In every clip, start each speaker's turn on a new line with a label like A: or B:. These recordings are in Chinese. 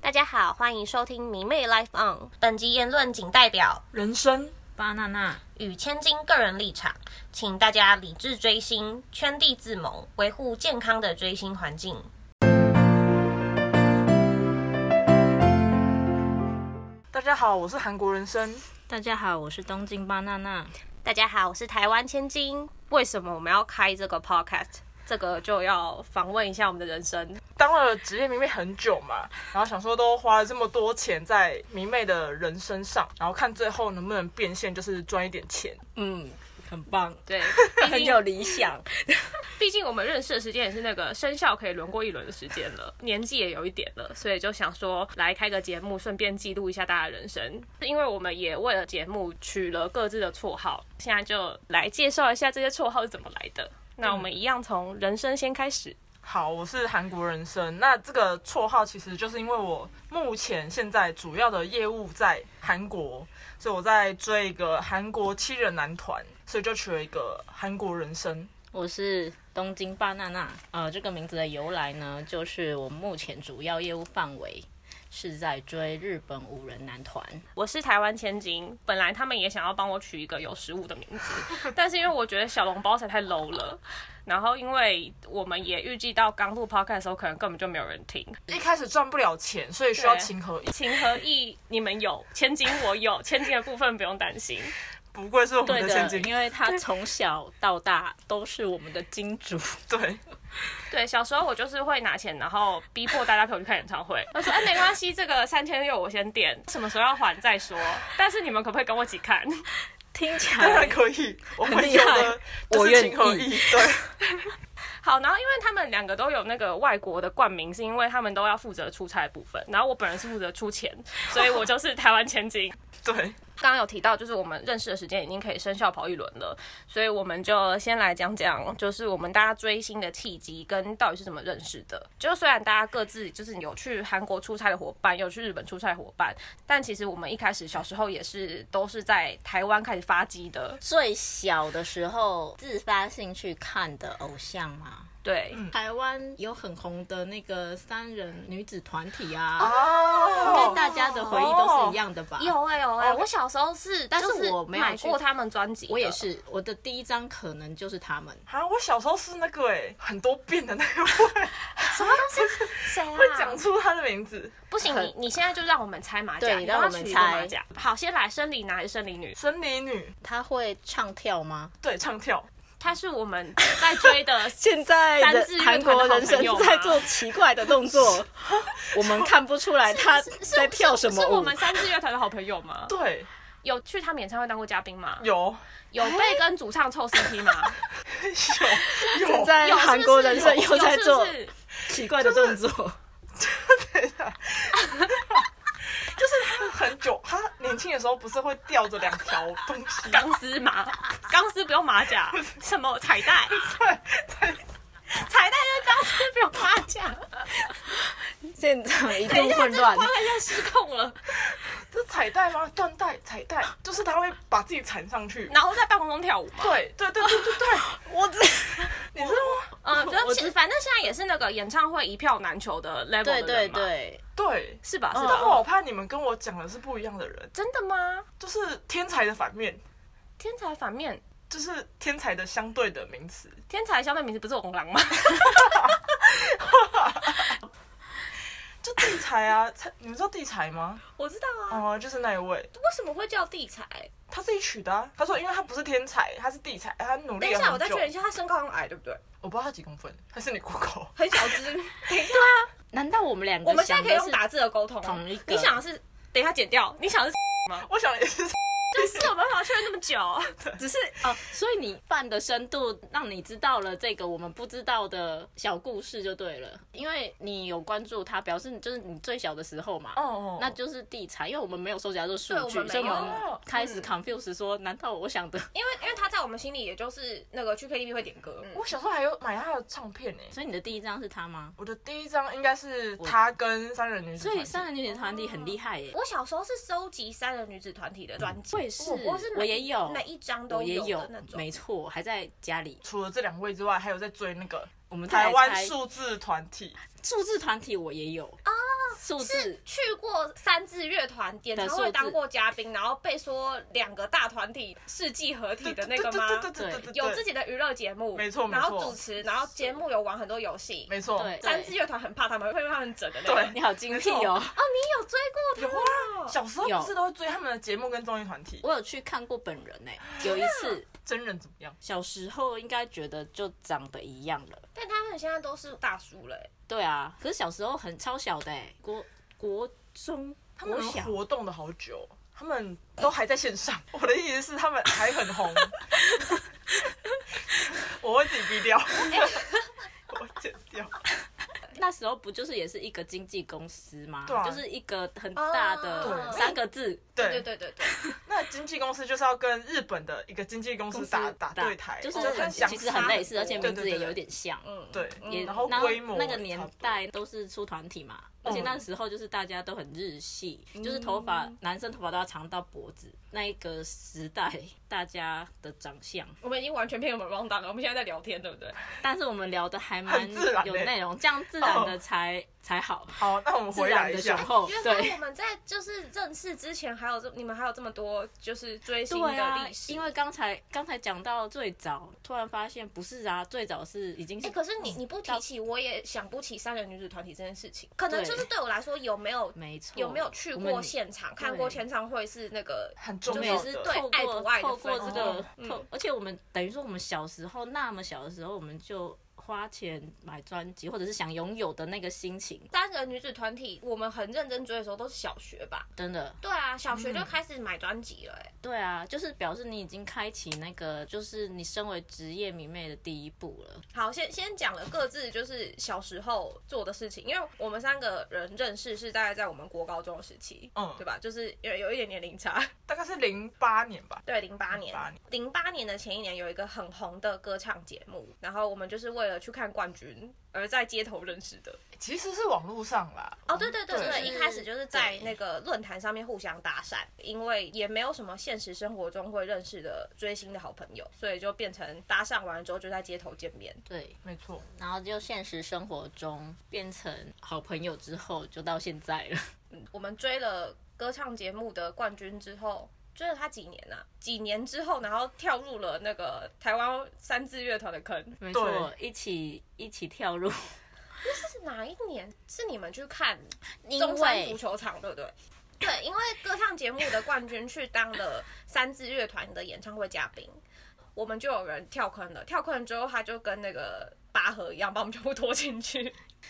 A: 大家好，欢迎收听迷妹 Life On。本集言论仅代表
B: 人生
C: 巴娜娜，
A: 与千金个人立场，请大家理智追星，圈地自萌，维护健康的追星环境。
B: 大家好，我是韩国人生。
C: 大家好，我是东京巴娜娜。
A: 大家好，我是台湾千金。为什么我们要开这个 podcast？这个就要访问一下我们的人生。
B: 当了职业迷妹很久嘛，然后想说都花了这么多钱在迷妹的人身上，然后看最后能不能变现，就是赚一点钱。
C: 嗯，很 棒，
A: 对，
C: 很有理想。
A: 毕竟我们认识的时间也是那个生肖可以轮过一轮的时间了，年纪也有一点了，所以就想说来开个节目，顺便记录一下大家的人生。因为我们也为了节目取了各自的绰号，现在就来介绍一下这些绰号是怎么来的。那我们一样从人生先开始。
B: 好，我是韩国人生。那这个绰号其实就是因为我目前现在主要的业务在韩国，所以我在追一个韩国七人男团，所以就取了一个韩国人生。
C: 我是东京巴娜娜。呃，这个名字的由来呢，就是我目前主要业务范围是在追日本五人男团。
A: 我是台湾千金，本来他们也想要帮我取一个有食物的名字，但是因为我觉得小笼包实在太 low 了，然后因为我们也预计到刚录 podcast 的时候，可能根本就没有人听，
B: 一开始赚不了钱，所以需要
A: 对
B: 情何以？
A: 情何意？你们有千金，我有千金的部分不用担心。
B: 不愧是我们
C: 对
B: 的千金
C: 的，。因为她从小到大都是我们的金主。
B: 对，
A: 对，小时候我就是会拿钱，然后逼迫大家陪我去看演唱会。我说：“哎、没关系，这个三千六我先垫，什么时候要还再说。但是你们可不可以跟我一起看？
C: 听起
B: 当然
C: 来
B: 可以，我们
C: 厉
B: 有
C: 害
B: 的
C: 我
B: 就是
C: 愿
B: 情何
C: 意
B: 以对。
A: 好，然后因为他们两个都有那个外国的冠名，是因为他们都要负责出差的部分，然后我本人是负责出钱，所以我就是台湾千金。
B: 对，
A: 刚刚有提到，就是我们认识的时间已经可以生效跑一轮了，所以我们就先来讲讲，就是我们大家追星的契机跟到底是怎么认识的。就虽然大家各自就是有去韩国出差的伙伴，有去日本出差的伙伴，但其实我们一开始小时候也是都是在台湾开始发迹的。
C: 最小的时候自发性去看的偶像嘛。
A: 对，
C: 台湾有很红的那个三人女子团体啊，
B: 哦
C: 跟大家的回忆都是一样的吧？
A: 有哎、有哎、我小时候是，
C: 但是
A: 就是
C: 我没有
A: 买
C: 去
A: 过他们专辑，
C: 我也。是，我的第一张可能就是他们。
B: 啊，我小时候是那个哎、很多变的那个位，
A: 什么东西？谁 啊？
B: 会讲出他的名字。
A: 不行，你你现在就让我们猜马甲，
C: 对
A: 你
C: 让我
A: 帮他
C: 们
A: 取一个马
C: 猜
A: 甲。好，先来生理男还是生理女？
B: 生理女，
C: 他会唱跳吗？
B: 对，唱跳，
A: 他是我们在追 的
C: 现在
A: 三字乐团的好朋友吗
C: 奇怪的动 作，我们看不出来他在跳什
A: 是我们三支乐团的好朋友 吗？
B: 对，
A: 有去他们演唱会当过嘉宾吗？
B: 有
A: 有被跟主唱凑 CP 吗？
B: 有有，
C: 在
A: 有是不是有是不是
C: 奇怪的动作。
B: 就是他很久，他年轻的时候不是会吊着两条东西，
A: 钢丝马，钢丝不用马 甲，什么彩带？
B: 对对，
A: 彩带就是钢丝不用马甲。
C: 现场一
A: 等一
C: 顿
A: 下，
C: 混
A: 这
C: 乱
A: 画，面要失控了。
B: 这彩带吗？缎带，彩带，就是他会把自己缠上去。
A: 然后在半空中跳舞 嘛。
B: 对对对对对对，
C: 我只
B: 你知道吗？
A: 嗯，
C: 我
A: 就是反正现在也是那个演唱会一票难求的 level
C: 对
A: 的人
C: 对
A: 嘛，
C: 对，
B: 对，
A: 是吧？
C: 嗯
A: 是
B: 但
A: 吧？
B: 哦
A: 哦
B: 我好怕你们跟我讲的是不一样的人，
A: 真的吗？
B: 就是天才的反面，
A: 天才反面，
B: 就是天才的相对的名词。
A: 天才相对名字不是红狼吗？
B: 就地才啊，才你们知道地才吗？
A: 我知道啊，
B: 哦、就是那一位，
A: 为什么会叫地才？
B: 他自己取的、啊。他说，因为他不是天才，他是地才，他努
A: 等
B: 力
A: 一
B: 了
A: 下，我
B: 很
A: 再
B: 久
A: 确。认一下，他身高很矮，对不对？
B: 我不知道他几公分，还是你 Google？
A: 很小只。等一下，
C: 难道我们两个
A: 我们现在可以
C: 想
A: 用
C: 的
A: 打字的沟通。
C: 同一个
A: 你想的是，等一下剪掉。你想的是，
B: 我想也是，
C: 哦
A: 就是我们好确认那么久。
C: 是，只是哦，所以你犯的深度让你知道了这个我们不知道的小故事就对了，因为你有关注他，表示就是你最小的时候嘛。
B: 哦哦，
C: 那就是地产，因为我们没有收集到这个数
A: 对我
C: 据，
A: 们没嗯
C: 所以我
B: 有
C: 们开始 confuse 说，难道我想的？
A: 因为因为他在我们心里，也就是那个去 KTV 会点歌。
B: 我小时候还有买他的唱片呢、
C: 所以你的第一张是他吗？
B: 我的第一张应该是他跟三人女子
C: 所
B: 团体，
C: 以三人女子团体很厉害耶、
A: 我小时候是收集三人女子团体的专辑，
C: 我也是
A: 哦我是每
C: 我也有
A: 每一张都
C: 我也
A: 有
C: 有
A: 的那，种。
C: 没错，还在家里。
B: 除了这两位之外，还有在追那个
C: 我们再来
B: 台湾
C: 猜
B: 数字团体，
C: 数字团体我也有啊，数
A: 哦是
C: 字
A: 去过三支乐团演唱
C: 的数
A: 会
C: 字
A: 当过嘉宾，然后被说两个大团体世纪合体的那个吗？
B: 对对对对对对，
A: 有自己的娱乐节目，
B: 没错没
A: 然后
B: 错
A: 主持，然后节目有玩很多游戏。
B: 没错，
C: 对
A: 三支乐团很怕他们，会被他们整的那种。
B: 对
A: 哦，
C: 你好精辟
B: 没
C: 哦！
A: 你有追过他们哦？
B: 小时候
C: 有
B: 不是都会追他们的节目跟综艺团体，
C: 我有去看过本人呢、有一次
B: 真人怎么样？
C: 小时候应该觉得就长得一样了，
A: 但他们现在都是大叔了欸，
C: 对啊，可是小时候很超小的、欸，国国中
B: 他们
C: 国小
B: 活动的好久，哦他们都还在线 上。我的意思是，他们还很红。我会自己逼 掉，我剪掉。
C: 那时候不就是也是一个经纪公司吗？
B: 对啊
C: 就是一个很大
A: 哦
C: 的
A: 对
C: 三个字，
B: 对
A: 对对对对，
B: 那经纪公司就是要跟日本的一个经纪公司打打对台，
C: 就是
A: 就
C: 很
B: 相
A: 很像
C: 其实很类似，
A: 差
C: 而
A: 很
C: 且
A: 多
C: 名字
B: 对对
C: 也
B: 对
C: 有点像。
A: 嗯，
B: 对
A: 嗯
C: 也
B: 然后规模
C: 那个
B: 也
C: 年
B: 差不多嗯
C: 代都是出团体嘛，而且那时候就是大家都很日系，就是头发男生头发都要长到脖子，那一个时代大家的长相，
A: 我们已经完全被我们 round down 了，我们现在在聊天，对不对？
C: 但是我们聊的还蛮
B: 很自然欸
C: 有内容，这样自然的才才好，
B: 好，那我们
C: 自
B: 回来
C: 然
B: 一
C: 的雄
B: 下。
C: 厚，
A: 原来
C: 对
A: 我。们在就是认识之前，还有这你们还有这么多就是追星
C: 对
A: 的
C: 啊
A: 历，史。
C: 因为刚才刚才讲到最早，突然发现不是啊，最早是已经
A: 哎、
C: 是哦
A: 可是你你不提起，我也想不起三人女子团体这件事情。可能就是对我来说，有没有
C: 没错，
A: 有没有去
C: 我们
A: 过现场看过签唱会是那个
B: 很重
C: 我们
B: 要
C: 也
B: 的，
C: 是
A: 对
C: 透
A: 爱
C: 过
A: 不爱的
C: 透过
A: 分
C: 这
B: 哦
C: 个
A: 嗯
C: 透，而且我们等于说我们小时候那么小的时候，我们就花钱买专辑，或者是想拥有的那个心情，
A: 三人女子团体？我们很认真追的时候都是小学吧？
C: 真的，
A: 对啊，小学就开始买专辑了、哎、
C: 对啊，就是表示你已经开启那个，就是你身为职业迷妹的第一步了。
A: 好，先先讲了各自就是小时候做的事情，因为我们三个人认识是大概在我们国高中的时期，
B: 嗯
A: 对吧？就是有有一点年龄差。
B: 大概是零八年吧。
A: 对，零八年
B: 08年，
A: 零八年的前一年有一个很红的歌唱节目，然后我们就是为了去看冠军而在街头认识的。
B: 其实是网络上啦。
A: 哦，对对对
B: 对
A: 对，
C: 就是
A: 一开始就是在那个论坛上面互相搭讪，因为也没有什么现实生活中会认识的追星的好朋友，所以就变成搭讪完了之后就在街头见面。
C: 对，
B: 没错，
C: 然后就现实生活中变成好朋友之后，就到现在了。
A: 嗯，我们追了歌唱节目的冠军之后。追了他几年啊？几年之后，然后跳入了那个台湾三字乐团的坑。
C: 没错，一起一起跳入。
A: 这是哪一年？是你们去看
C: 因
A: 中山
C: 为
A: 足球场，对不对？对，因为歌唱节目的冠军去当了三支乐团的演唱会嘉宾，我们就有人跳坑了。跳坑之后，他就跟那个拔河一样，把我们全部拖进去。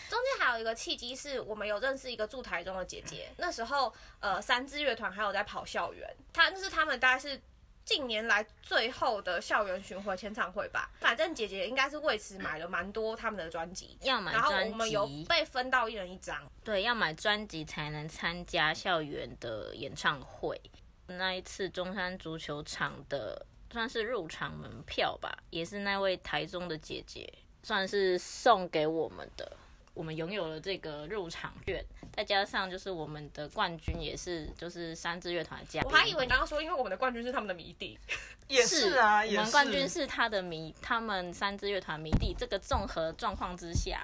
A: 中间还有一个契机，是我们有认识一个住台中的姐姐，那时候呃，三支乐团还有在跑校园，她那是他们大概是。近年来最后的校园巡回签唱会吧，反正姐姐应该是为此买了蛮多他们的专辑，
C: 要买
A: 然后我
C: 专
A: 们有
C: 辑，
A: 被分到一人一张，
C: 对，要买专辑才能参加校园的演唱会。那一次中山足球场的算是入场门票吧，也是那位台中的姐姐算是送给我们的。我们拥有了这个入场券，再加上就是我们的冠军也是就是三支乐团的嘉宾。
A: 我还以为你刚刚说，因为我们的冠军是他们的迷弟，
B: 也是啊，
C: 我
B: 也
C: 们
B: 是。
C: 冠军是他的迷，他们三支乐团迷弟。这个综合状况之下，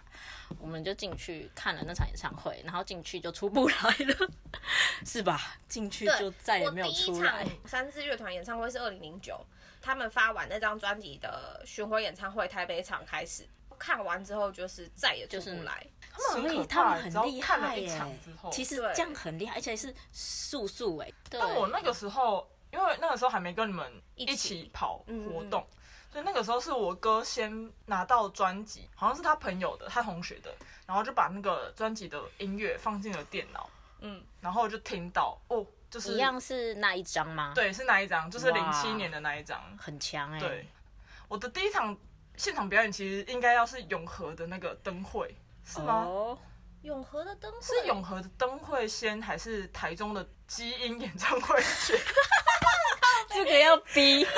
C: 我们就进去看了那场演唱会，然后进去就出不来了， 是吧？进去就再也
A: 我
C: 没有
A: 第一
C: 出
A: 场
C: 来。
A: 三支乐团演唱会是二零零九，他们发完那张专辑的巡回演唱会台北场开始，看完之后就是再也出不来。
B: 很可怕
C: 所以他们
B: 只要看
C: 很厉害
B: 了
C: 耶、
B: 一场之后
C: 其实
A: 对
C: 这样很厉害，而且是速速哎、对，
B: 但我那个时候，因为那个时候还没跟你们
A: 一
B: 一
A: 起
B: 起跑
A: 嗯
B: 活动，所以那个时候是我哥先拿到专辑，好像是他朋友的，他同学的，然后就把那个专辑的音乐放进了电脑，
A: 嗯，
B: 然后就听到哦，就是
C: 一样是那一张吗？，
B: 对，是哪一张？就是零
C: 哇
B: 七年的那一张。
C: 很强哎、
B: 对，我的第一场现场表演其实应该要是永和的那个灯会，是吗？
C: 哦，
A: 永和的灯会
B: 是永和的灯会先，还是台中的基因演唱会先？
C: 这个要逼。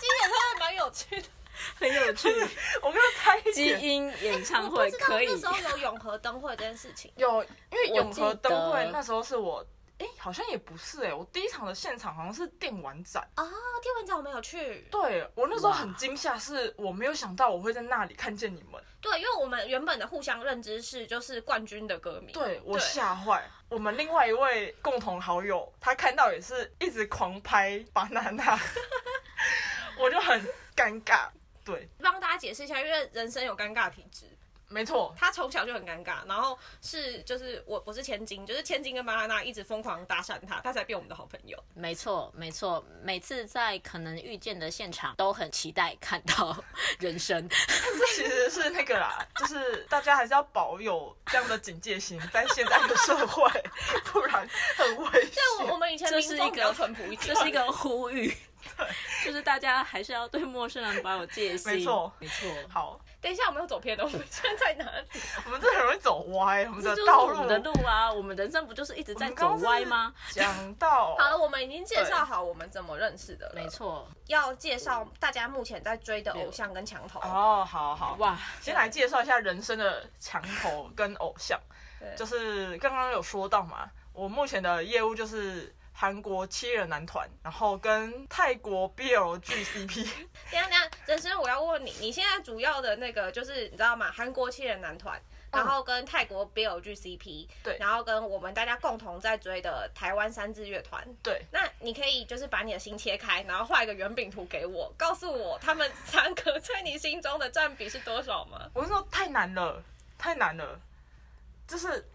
A: 今年他们蛮有趣的。
C: 很有 趣，
B: 我刚才一
C: 基
B: 点
C: 因演唱
A: 我
B: 哎，
C: 会
A: 不知道
C: 可以
A: 那时候有永和灯会这件事情
B: 有，因为
C: 我
B: 永和
C: 记得
B: 灯会那时候是我哎、好像也不是哎、我第一场的现场好像是电玩展，
C: 啊
A: 哦，电玩展我没有去，
B: 对我那时候很惊吓，是我没有想到我会在那里看见你们，
A: 对，因为我们原本的互相认知是就是冠军的歌迷，
B: 对我吓坏。我们另外一位共同好友，他看到也是一直狂拍巴娜 娜，我就很尴尬。对，
A: 帮大家解释一下，因为人生有尴尬体质，
B: 没错，
A: 他从小就很尴尬，然后是就是我我是千金，就是千金跟巴拉娜一直疯狂搭讪他，他才变我们的好朋友。
C: 没错，没错，每次在可能遇见的现场都很期待看到人 生。
B: 这其实是那个啦，就是大家还是要保有这样的警戒心，在现在的社会， 不然很危险。
A: 但我我们以前
C: 这是
A: 民风
C: 一
A: 比较
C: 个
A: 淳朴一
C: 这
A: 点，
C: 是一个呼吁，就是大家还是要对陌生人保有戒心。
B: 没错
C: 没错。
B: 好，
A: 等一下我们要走偏了，我们现在在哪里？
B: 我们这很容易走歪，我们
C: 这
B: 的
C: 就是
B: 道
C: 我
B: 路
C: 们的路啊，我们人生不就是一直在走歪吗？？
B: 讲 到
A: 好了，我们已经介绍好我们怎么认识的了。
C: 没，错，
A: 要介绍大家目前在追的偶像跟墙头。
B: 哦，好好，
C: 哇，
B: 先来介绍一下人生的墙头跟偶 像
A: 对，
B: 就是刚刚有说到嘛，我目前的业务就是。韩国七人男团，然后跟泰国 BL 剧 CP，
A: 等一下等一下，人生我要问你，你现在主要的那个就是你知道吗？韩国七人男团，然后跟泰国 BLG CP，
B: 对
A: 然后跟我们大家共同在追的台湾三支乐团。
B: 对，
A: 那你可以就是把你的心切开，然后画一个圆饼图给我，告诉我他们三个在你心中的占比是多少吗？
B: 我是说太难了，太难了，就是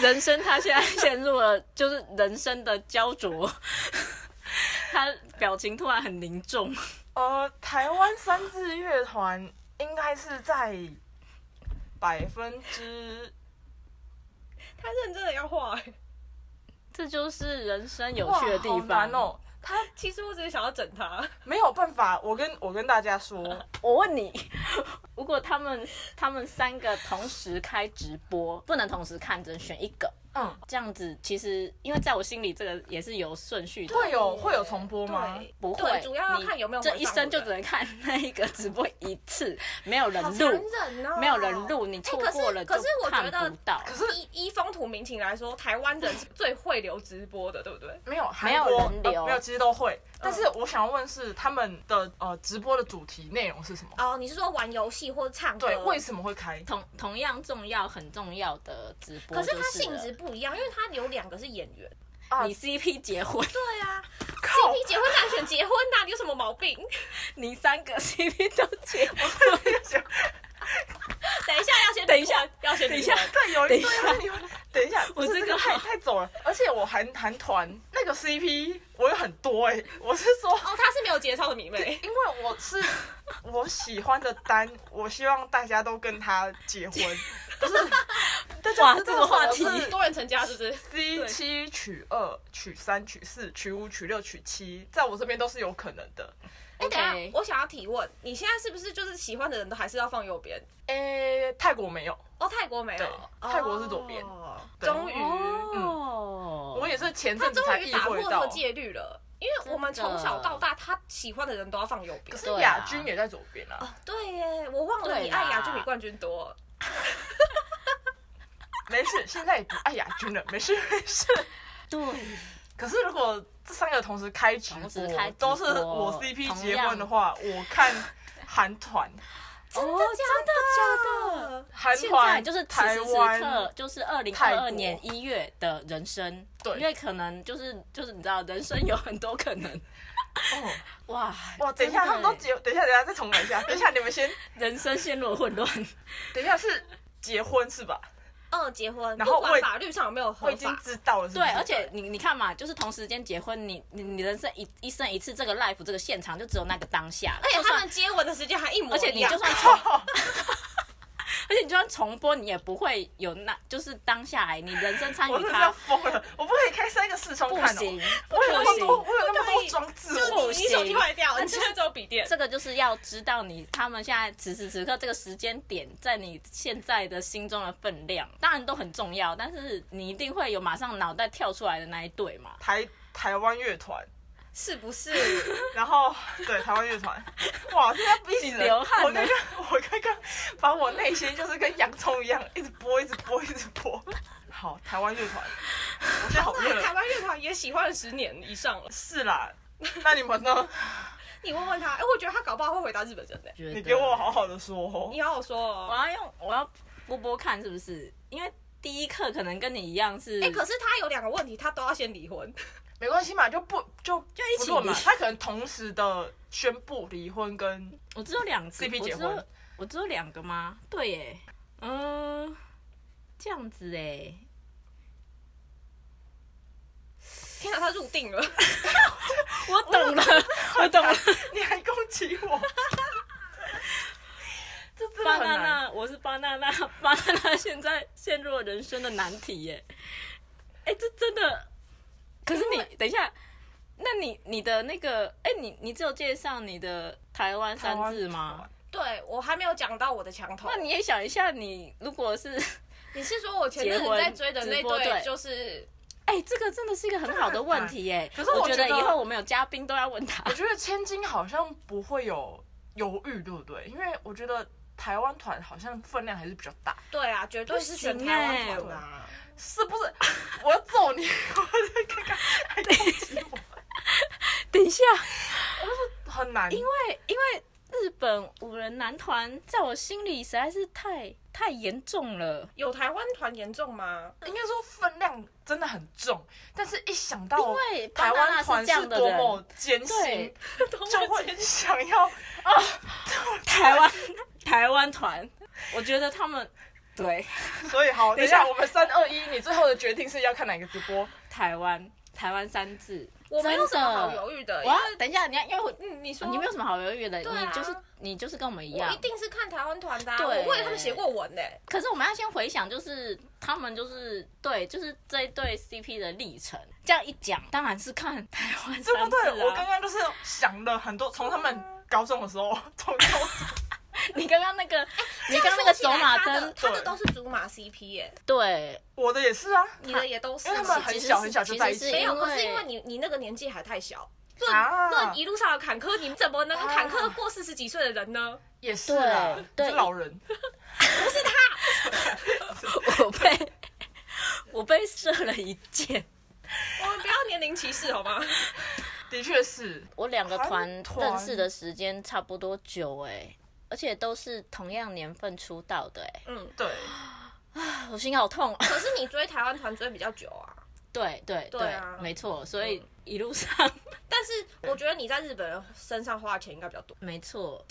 C: 人生他现在陷入了就是人生的焦 灼，他表情突然很凝重。
B: 呃，台湾三字乐团应该是在百分之
A: 他认真的要画、欸
C: 这就是人生有趣的地
B: 哇好
C: 方
B: 难哦，他
A: 其实我只是想要整他。
B: 没有办法，我跟我跟大家 说，
C: 我问你， 如果他们他们三个同时开直播，不能同时看，只能选一个。
B: 嗯，
C: 这样子其实，因为在我心里，这个也是有顺序的。
B: 会有会有重播吗？
A: 对，
C: 不
A: 对
C: 会，
A: 主要要
C: 你
A: 看有没有
C: 这
A: 回
C: 一
A: 放
C: 生就
A: 对不
C: 只能看那一个直播一次，没有人
A: 好残
C: 录，
A: 忍哦，
C: 没有人录，你错过了
A: 哎
C: 就
A: 可是可是我
C: 看
A: 觉得
C: 不到。
B: 可是
A: 依依风土民情来说，台湾人是最会留直播的，对不对？
B: 没有，韩
C: 没有
B: 国
C: 人流
B: 呃没有，其实都会。但是我想要问是他们的呃直播的主题内容是什
C: 呃
B: 么？
A: 哦，你是说玩游戏或者唱歌？
B: 对，为什么会开？
C: 同同样重要、很重要的直播，
A: 可是啊
C: 是
A: 他性质
C: 了
A: 不一样，因为他有两个是演员。
B: 啊
C: 你 CP 结婚，
A: 对啊
B: 靠
A: ，CP 结婚难选结婚呐、你有什么毛 病？
C: 你三个 CP 都结婚，
A: 等一下要先
C: 等一下
A: 离婚要先离
C: 等一下
A: 婚
B: 对，有一
C: 等一
B: 对
C: 下
B: 啊你们等一下，不是
C: 我这
B: 这
C: 个
B: 个太太走了，而且我韩韩团那个 CP 我有很多哎、我是说，
A: 哦，他是没有节操的迷 妹。
B: 因为我是我喜欢的单，我希望大家都跟他结 婚，不是？大家
C: 哇
B: 知道
C: 这个话题
B: 什么是
A: 多人成家是不是？
B: C 七取二取三取四取五取六取七，在我这边都是有可能的。
A: 哎、等一
C: OK
A: 下，我想要提问，你现在是不是就是喜欢的人都还是要放右边？
B: 诶、泰国没有，
A: 哦，泰国没有
B: 对，泰国是左边
A: 哦
B: 对哦
A: 终于，嗯
C: 哦，
B: 我也是前
A: 他
B: 阵子
A: 终
B: 才
A: 于
B: 意
A: 打破
B: 会
A: 这个
B: 到。
A: 戒律了，因为我们
C: 真的
A: 从小到大，他喜欢的人都要放右
B: 可。
A: 边
B: 是
C: 对啊
B: 亚军也在左边啊，
A: 对耶，我忘了
C: 哦对
A: 你爱亚
C: 啦
A: 就比冠军多。
B: 没事，现在也不爱亚军了，没事没事。
C: 对，
B: 可是如果这三个同时开直
C: 同
B: 播，
C: 时开直播
B: 都是我 CP
C: 同
B: 结
C: 样
B: 婚的话，我看韩 团，
C: 哦真
A: 真的假的？
B: 韩
C: 现在
B: 团
C: 就是此
B: 台
C: 时此
B: 湾哦
C: 刻，就是二零
B: 泰
C: 二
B: 国
C: 二年一月的人生，
B: 对
C: 因为可能就是就是你知道，人生有很多可能，
B: 哦
C: 哇
B: 哇，等一下，他们都结，等一下，等一下，再重来一下，等一下，你们先，
C: 人生陷入了混乱，
B: 等一下是结婚是吧？
A: 嗯，结婚，
B: 然后
A: 不管
B: 我
A: 法律上有没有合
B: 我已经
A: 法，
B: 知道了是不
C: 对，
B: 是，
C: 而 且你你看嘛，就是同时间结婚，你你你人生一一生一次这个 life 这个现场就只有那个当下，
A: 而且
C: 就
A: 他
C: 算
A: 们接吻的时间还一模
C: 而且
A: 一
C: 你
A: 样
C: 就。算重，
B: 靠，
C: 而且你就算重播，你也不会有那，就是当下来你人生参
B: 我
C: 与
B: 真的要
C: 它
B: 疯了，我不可以开三个视窗
C: 不
B: 看哦，
C: 行
B: 我有那
C: 不
B: 么多，
C: 行。
B: 我有那么
A: 不可
B: 多
A: 以
B: 装置，哦
A: 就是
B: 我
A: 你，你手机坏掉，你现在只有笔电。
C: 这个就是要知道你他们现在此时此刻这个时间点在你现在的心中的分量，当然都很重要，但是你一定会有马上脑袋跳出来的那一对嘛。
B: 台台湾乐团，
A: 是 不是？
B: 然后对台湾乐团，哇，这要逼死人
C: 你流汗了
B: 我刚刚我刚才刚把我内心就是跟洋葱一样，一直播，一直播，一直播。好，台湾乐团，我现在好热
A: 台。湾乐团也喜欢了十年以上了。
B: 是啦，那你们呢？
A: 你问问他，哎、我觉得他搞不好会回答日本人的、
C: 觉得
B: 你给我好好的说哦。
A: 你好好说
C: 我
A: 哦。
C: 要用我要播播看是不是？因为第一课可能跟你一样是，
A: 哎、可是他有两个问题，他都要先离婚。
B: 没关系嘛，就不就就
C: 一起
B: 不论嘛
C: 离。
B: 他可能同时的宣布离婚 跟
C: 我只有两次，
B: CP
C: 我
B: 结
C: 只
B: 婚
C: 有我只有两个吗？对耶，嗯、这样子哎，
A: 天啊哪，他入定了。
C: 我懂了， 我懂了。
B: 你还攻击我， 这真的
C: 巴
B: 很
C: 娜
B: 难。
C: 娜，我是巴娜娜， 巴娜娜现在陷入了人生的难题耶。哎、这真的，可是你等一下，那你你的那个，哎、你你只有介绍你的台湾
B: 台
C: 三
B: 湾
C: 字吗？？
A: 对我还没有讲到我的墙头。
C: 那你也想一下，你如果是，
A: 你是说我前阵
C: 结
A: 子
C: 婚
A: 在追的那
C: 直播对
A: 对，就是
C: 哎、这个真的是一个很好的问题 耶。
B: 可是我
C: 我觉得
B: 觉得
C: 以后我们有嘉宾都要问他
B: 我。觉得千金好像不会有犹豫，对不对？因为我觉得台湾团好像分量还是比较大，
A: 对啊，绝对是选台
C: 欸
A: 湾团啊。
B: 是不是？我要揍你！我在看看，还攻击我，
C: 等一下，
B: 很难。因为
C: 对，因为日本五人男团在我心里实在是太太严重了。
A: 有台湾团严重吗？
B: 应该说分量真的很重，但是一想到
C: 因为
B: 台湾
C: 巴娜娜
B: 团
C: 是这
B: 是
C: 样的
B: 多
C: 人
B: 么艰辛
C: 对，
B: 就会想要
C: 台湾台湾团，我觉得他们对
B: 所以好，等一
C: 等一
B: 下
C: 下
B: 我们三二一，你最后的决定是要看哪个直播？
C: 台湾台湾三字，
A: 我没有什么好
C: 真的
A: 犹豫的，
C: 我
A: 因为
C: 要等一下，你要呃因为我
A: 嗯，你说
C: 你没有什么好犹豫的，
A: 对啊
C: 你就是你就是跟我们一
A: 我
C: 样
A: 一。定是看台湾团的、啊，
C: 对
A: 我为他们写过文呢、欸
C: 可是我们要先回想，就是他们就是对，就是这一对 CP 的历程。这样一讲，当然是看台湾
B: 对不
C: 三字
B: 对？我刚
C: 啊。
B: 刚就是想了很多，从他们高中的时候，从高中
C: 你刚刚那个，你刚刚那个走马
A: 这样说
C: 灯，
A: 起来他的他的
B: 对
A: 都是竹马 CP 耶、
C: 对，
B: 我的也是啊，
A: 你的也都是
B: 因为他
A: 吗
B: 们很小很小就在一
C: 其实
A: 没
B: 起
A: 有，
C: 因为
A: 可是因为你你那个年纪还太小，论
B: 啊
A: 论、一路上的坎坷，你怎么
C: 啊
A: 能坎坷过四十几岁的人呢？
B: 也是啊，
C: 对
B: 是老人，
C: 我被 我被射了一箭。
A: 我们不要年龄歧视好吗？
B: 的确是。
C: 我两个团
B: 韩团
C: 认识的时间差不多久哎、而且都是同样年份出道的哎、
A: 嗯，
B: 对，
C: 我心好痛。啊
A: 可是你追台湾团追比较久啊。
C: 对对
A: 对啊
C: 没错，所以
A: 嗯
C: 一路上、
A: 但是我觉得你在日本人身上花的钱应该比较多。
C: 没错，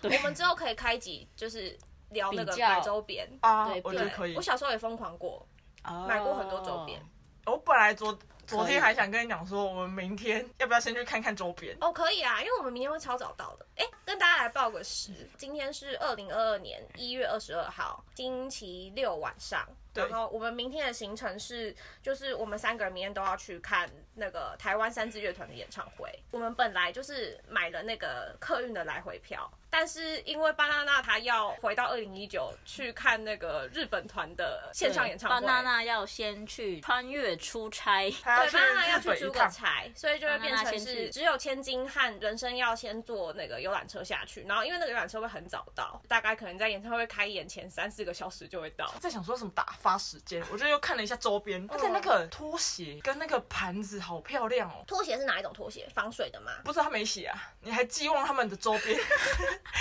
A: 我们之后可以开集，就是聊那个
C: 比较
A: 买周边。
B: 啊
C: 对，
B: 我觉
A: 对
B: 得可以
A: 我。小时候也疯狂过，买
C: 买
A: 过很多周边。
B: 我本来昨昨
C: 可以
B: 天还想跟你讲说，我们明天要不要先去看看周边？
A: 哦，可以啊，因为我们明天会超早到的。哎、跟大家来报个时，今天是二零二二年一月二十二号，星期六晚上。
B: 对
A: 然后我们明天的行程是，就是我们三个人明天都要去看那个台湾三支乐团的演唱会。我们本来就是买了那个客运的来回票，但是因为巴娜娜她要回到二零一九去看那个日本团的线上演唱
C: 巴
A: 会，
C: 娜娜要先去穿越出差，
B: 他
A: 对，巴娜
B: 要
A: 要
B: 去
A: 去
B: 啊日本一
A: 租个
B: 趟，
A: 柴，所以就会变
C: 巴拿
A: 成
C: 先去
A: 是只有千金和人生要先坐那个游览车下去，然后因为那个游览车会很早到，大概可能在演唱会开演前三四个小时就会到。
B: 在想说什么打发时间，我就又看了一下周边，而且那个拖鞋跟那个盘子好漂亮哦。
A: 拖鞋是哪一种拖鞋？防水的吗？
B: 不是他没写啊，你还寄望他们的周边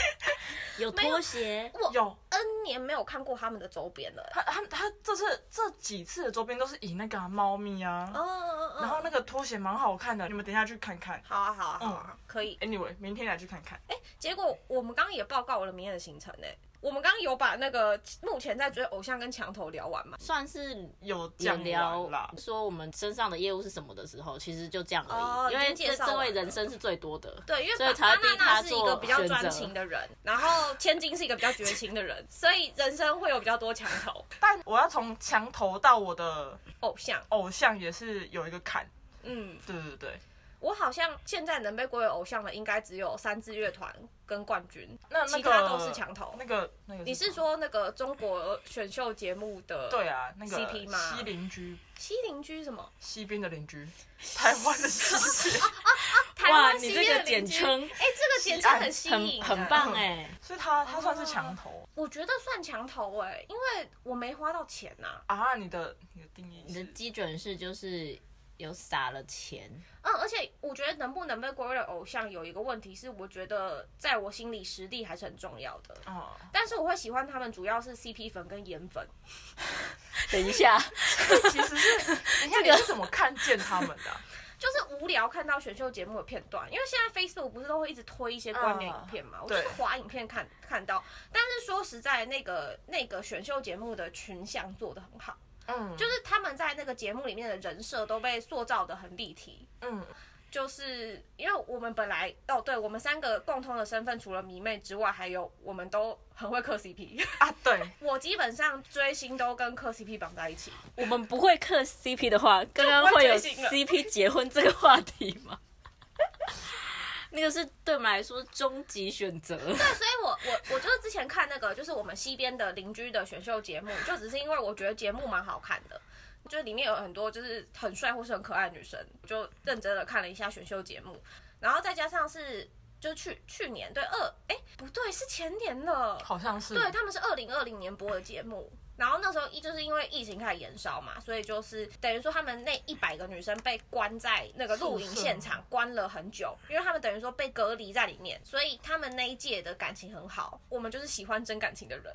C: 有拖鞋，
A: 我
B: 有
A: N 年没有看过他们的周边了。
B: 他他他这次这几次的周边都是以那个啊猫、咪啊，
A: 哦哦哦，
B: 然后那个拖鞋蛮好看的，你们等一下去看看。
A: 好啊好啊
B: 嗯
A: 好啊，可以。
B: Anyway，明天来去看看。
A: 结果我们刚刚也报告我了明天的行程呢、我们刚刚有把那个目前在追偶像跟墙头聊完嘛？
C: 算是。
B: 有
C: 也
B: 讲
C: 聊
B: 完啦，
C: 说我们身上的业务是什么的时候，其实就这样而已，
A: 哦
C: 因
A: 已
C: 为
A: 经
C: 这
A: 介绍完
C: 这位
A: 了
C: 人生是最多的。
A: 对，因为
C: 所以
A: 巴
C: 才
A: 巴
C: 会逼
A: 娜娜
C: 他
A: 是一个
C: 做
A: 比较
C: 选
A: 专
C: 择
A: 情的人，然后千金是一个比较绝情 的人，所以人生会有比较多墙头
B: 但我要从墙头到我的
A: 偶像。
B: 偶像也是有一个坎。
A: 嗯，
B: 对对对，
A: 我好像现在能被归为偶像的，应该只有三支乐团跟冠军，
B: 那那
A: 其
B: 个
A: 他都是墙头
B: 那。个那个，
A: 你是？说那个中国选秀节目的
B: 对啊，那个
A: CP 吗
B: 西邻居，
A: 西邻居什么？
B: 西边的邻居，台湾的西边。
A: 台台
C: 哇，
A: 湾
C: 你
A: 新
C: 这
A: 店
C: 个
A: 的
C: 简
A: 邻居。
C: 称
A: 哎、这个简称很吸
C: 很
A: 引、啊
C: 很棒。哎、
B: 所以他他算是墙头
A: 我觉得算墙头哎、因为我没花到钱呐、
B: 啊。你的你的定义
C: 你的
B: 是
C: 基准是就是有撒了钱，
A: 嗯，而且我觉得能不能被归为偶像，有一个问题是，我觉得在我心里实力还是很重要的。
B: 哦，
A: 但是我会喜欢他们，主要是 CP 粉跟颜粉。
C: 等一下，
B: 其实是等一下你是怎么看见他们 的啊？
A: 就是无聊看到选秀节目的片段，因为现在 Facebook 不是都会一直推一些关联影片嘛，我就是
B: 啊对
A: 滑影片看看到。但是说实在，那个那个选秀节目的群像做的很好，
B: 嗯，
A: 就是他们在那个节目里面的人设都被塑造的很立体。
B: 嗯，
A: 就是因为我们本来哦，对我们三个共同的身份，除了迷妹之外，还有我们都很会磕 CP。
B: 啊，对，
A: 我基本上追星都跟磕 CP 绑在一起。
C: 我们不会磕 CP 的 话，刚刚
A: 不
C: 会
A: 会
C: 有
A: 追星了
C: CP 结婚这个话题吗？那个是对我们来说终极选 择。
A: 所以我我我就是之前看那个，就是我们西边的邻居的选秀节目，就只是因为我觉得节目蛮好看的，就里面有很多就是很帅或是很可爱的女生，就认真的看了一下选秀节目，然后再加上是就去去年对二哎、不对是前年了，
B: 好像是
A: 对，他们是二零二零年播的节目。然后那时候一就是因为疫情开始延烧嘛，所以就是等于说他们那一百个女生被关在那个露营现场关了很久，因为他们等于说被隔离在里面，所以他们那一届的感情很好。我们就是喜欢真感情的人，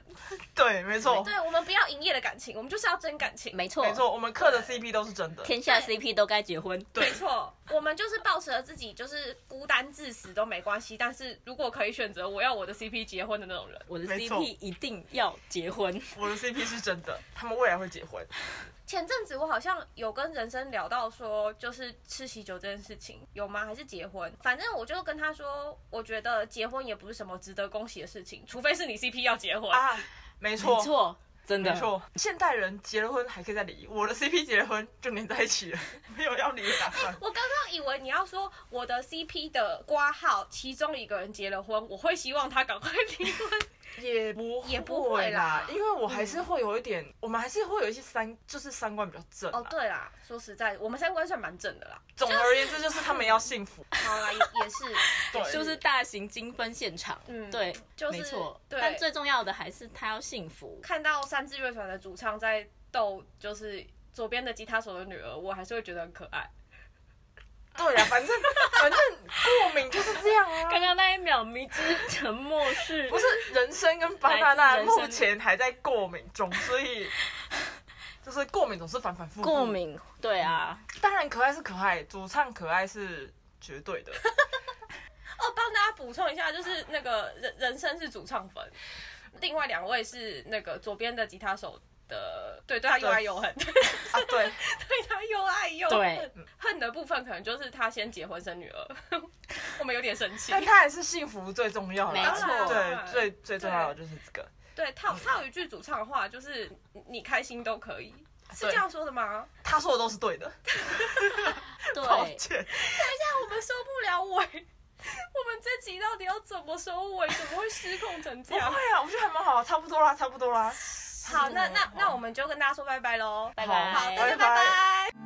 B: 对，没错，
A: 对我们不要营业的感情，我们就是要真感情。
C: 没错，
B: 没错，我们刻的 CP 都是真的。
C: 天下
A: 对
C: CP 都该结婚。
B: 对
A: 没错，我们就是抱持了自己就是孤单至死都没关系，但是如果可以选择，我要我的 CP 结婚的那种人。
C: 我的
B: 没错
C: CP 一定要结婚。
B: 我的 CP 是真的，他们未来会结婚。
A: 前阵子我好像有跟人生聊到说，就是吃喜酒这件事情，有吗？还是结婚？反正我就跟他说，我觉得结婚也不是什么值得恭喜的事情，除非是你 CP 要结婚。
B: 啊，没错，
C: 没，错，真的
B: 没。错。现代人结了婚还可以再离，我的 CP 结了婚就黏在一起了， 没有要离的打算。
A: 我刚刚以为你要说我的 CP 的挂号，其中一个人结了婚，我会希望他赶快离婚。
B: 也不
A: 也不会啦
B: 因为我还是会有一点，我们还是会有一些三，就是三观比较正、啊。
A: 哦，对啦，说实在，我们三观算蛮正的啦。
B: 总而言之就是他们要幸福。
A: 好啦，也也 是，
B: 对，
C: 就是大型金婚现场，
A: 嗯
C: 对，
A: 就是
C: 没错。
A: 对
C: 但最重要的还是他要幸福。
A: 看到三支乐团的主唱在逗，就是左边的吉他手的女儿，我还是会觉得很可爱。
B: 对啦，反正反正过敏就是这样啊。
C: 刚刚那一秒迷之沉默是
B: 不是人生跟巴娜娜
C: 来自人生
B: 目前还在过敏中，所以就是过敏总是反反复复。
C: 过敏？对啊，
B: 当然可爱是可爱，主唱可爱是绝对的。
A: 哦，帮大家补充一下，就是那个人人生是主唱粉，另外两位是那个左边的吉他手的，对，对他又爱又恨， 对
B: 啊，对，
A: 他又爱又
C: 对
A: 恨。恨的部分可能就是他先结婚生女儿， 我们有点生气。
B: 但他还是幸福最重要啦
C: 没错
B: 对，最最重要的就是这个。
A: 对，套套一句主唱的话，就是你你开心都可以，是
B: 对
A: 这样说的吗？啊
B: 他说的都是对的，抱
C: 对，
B: 歉。
A: 我们收不了尾，我 们这集到底要怎么收尾？怎么会失控成这
B: 不会
A: 样？
B: 啊，我觉得还蛮好，差不多啦，差不多啦。
A: 好，那那那我们就跟大家说拜拜喽，
C: 拜拜
A: 好，大
B: 哦
A: 家拜
B: 拜
A: 拜。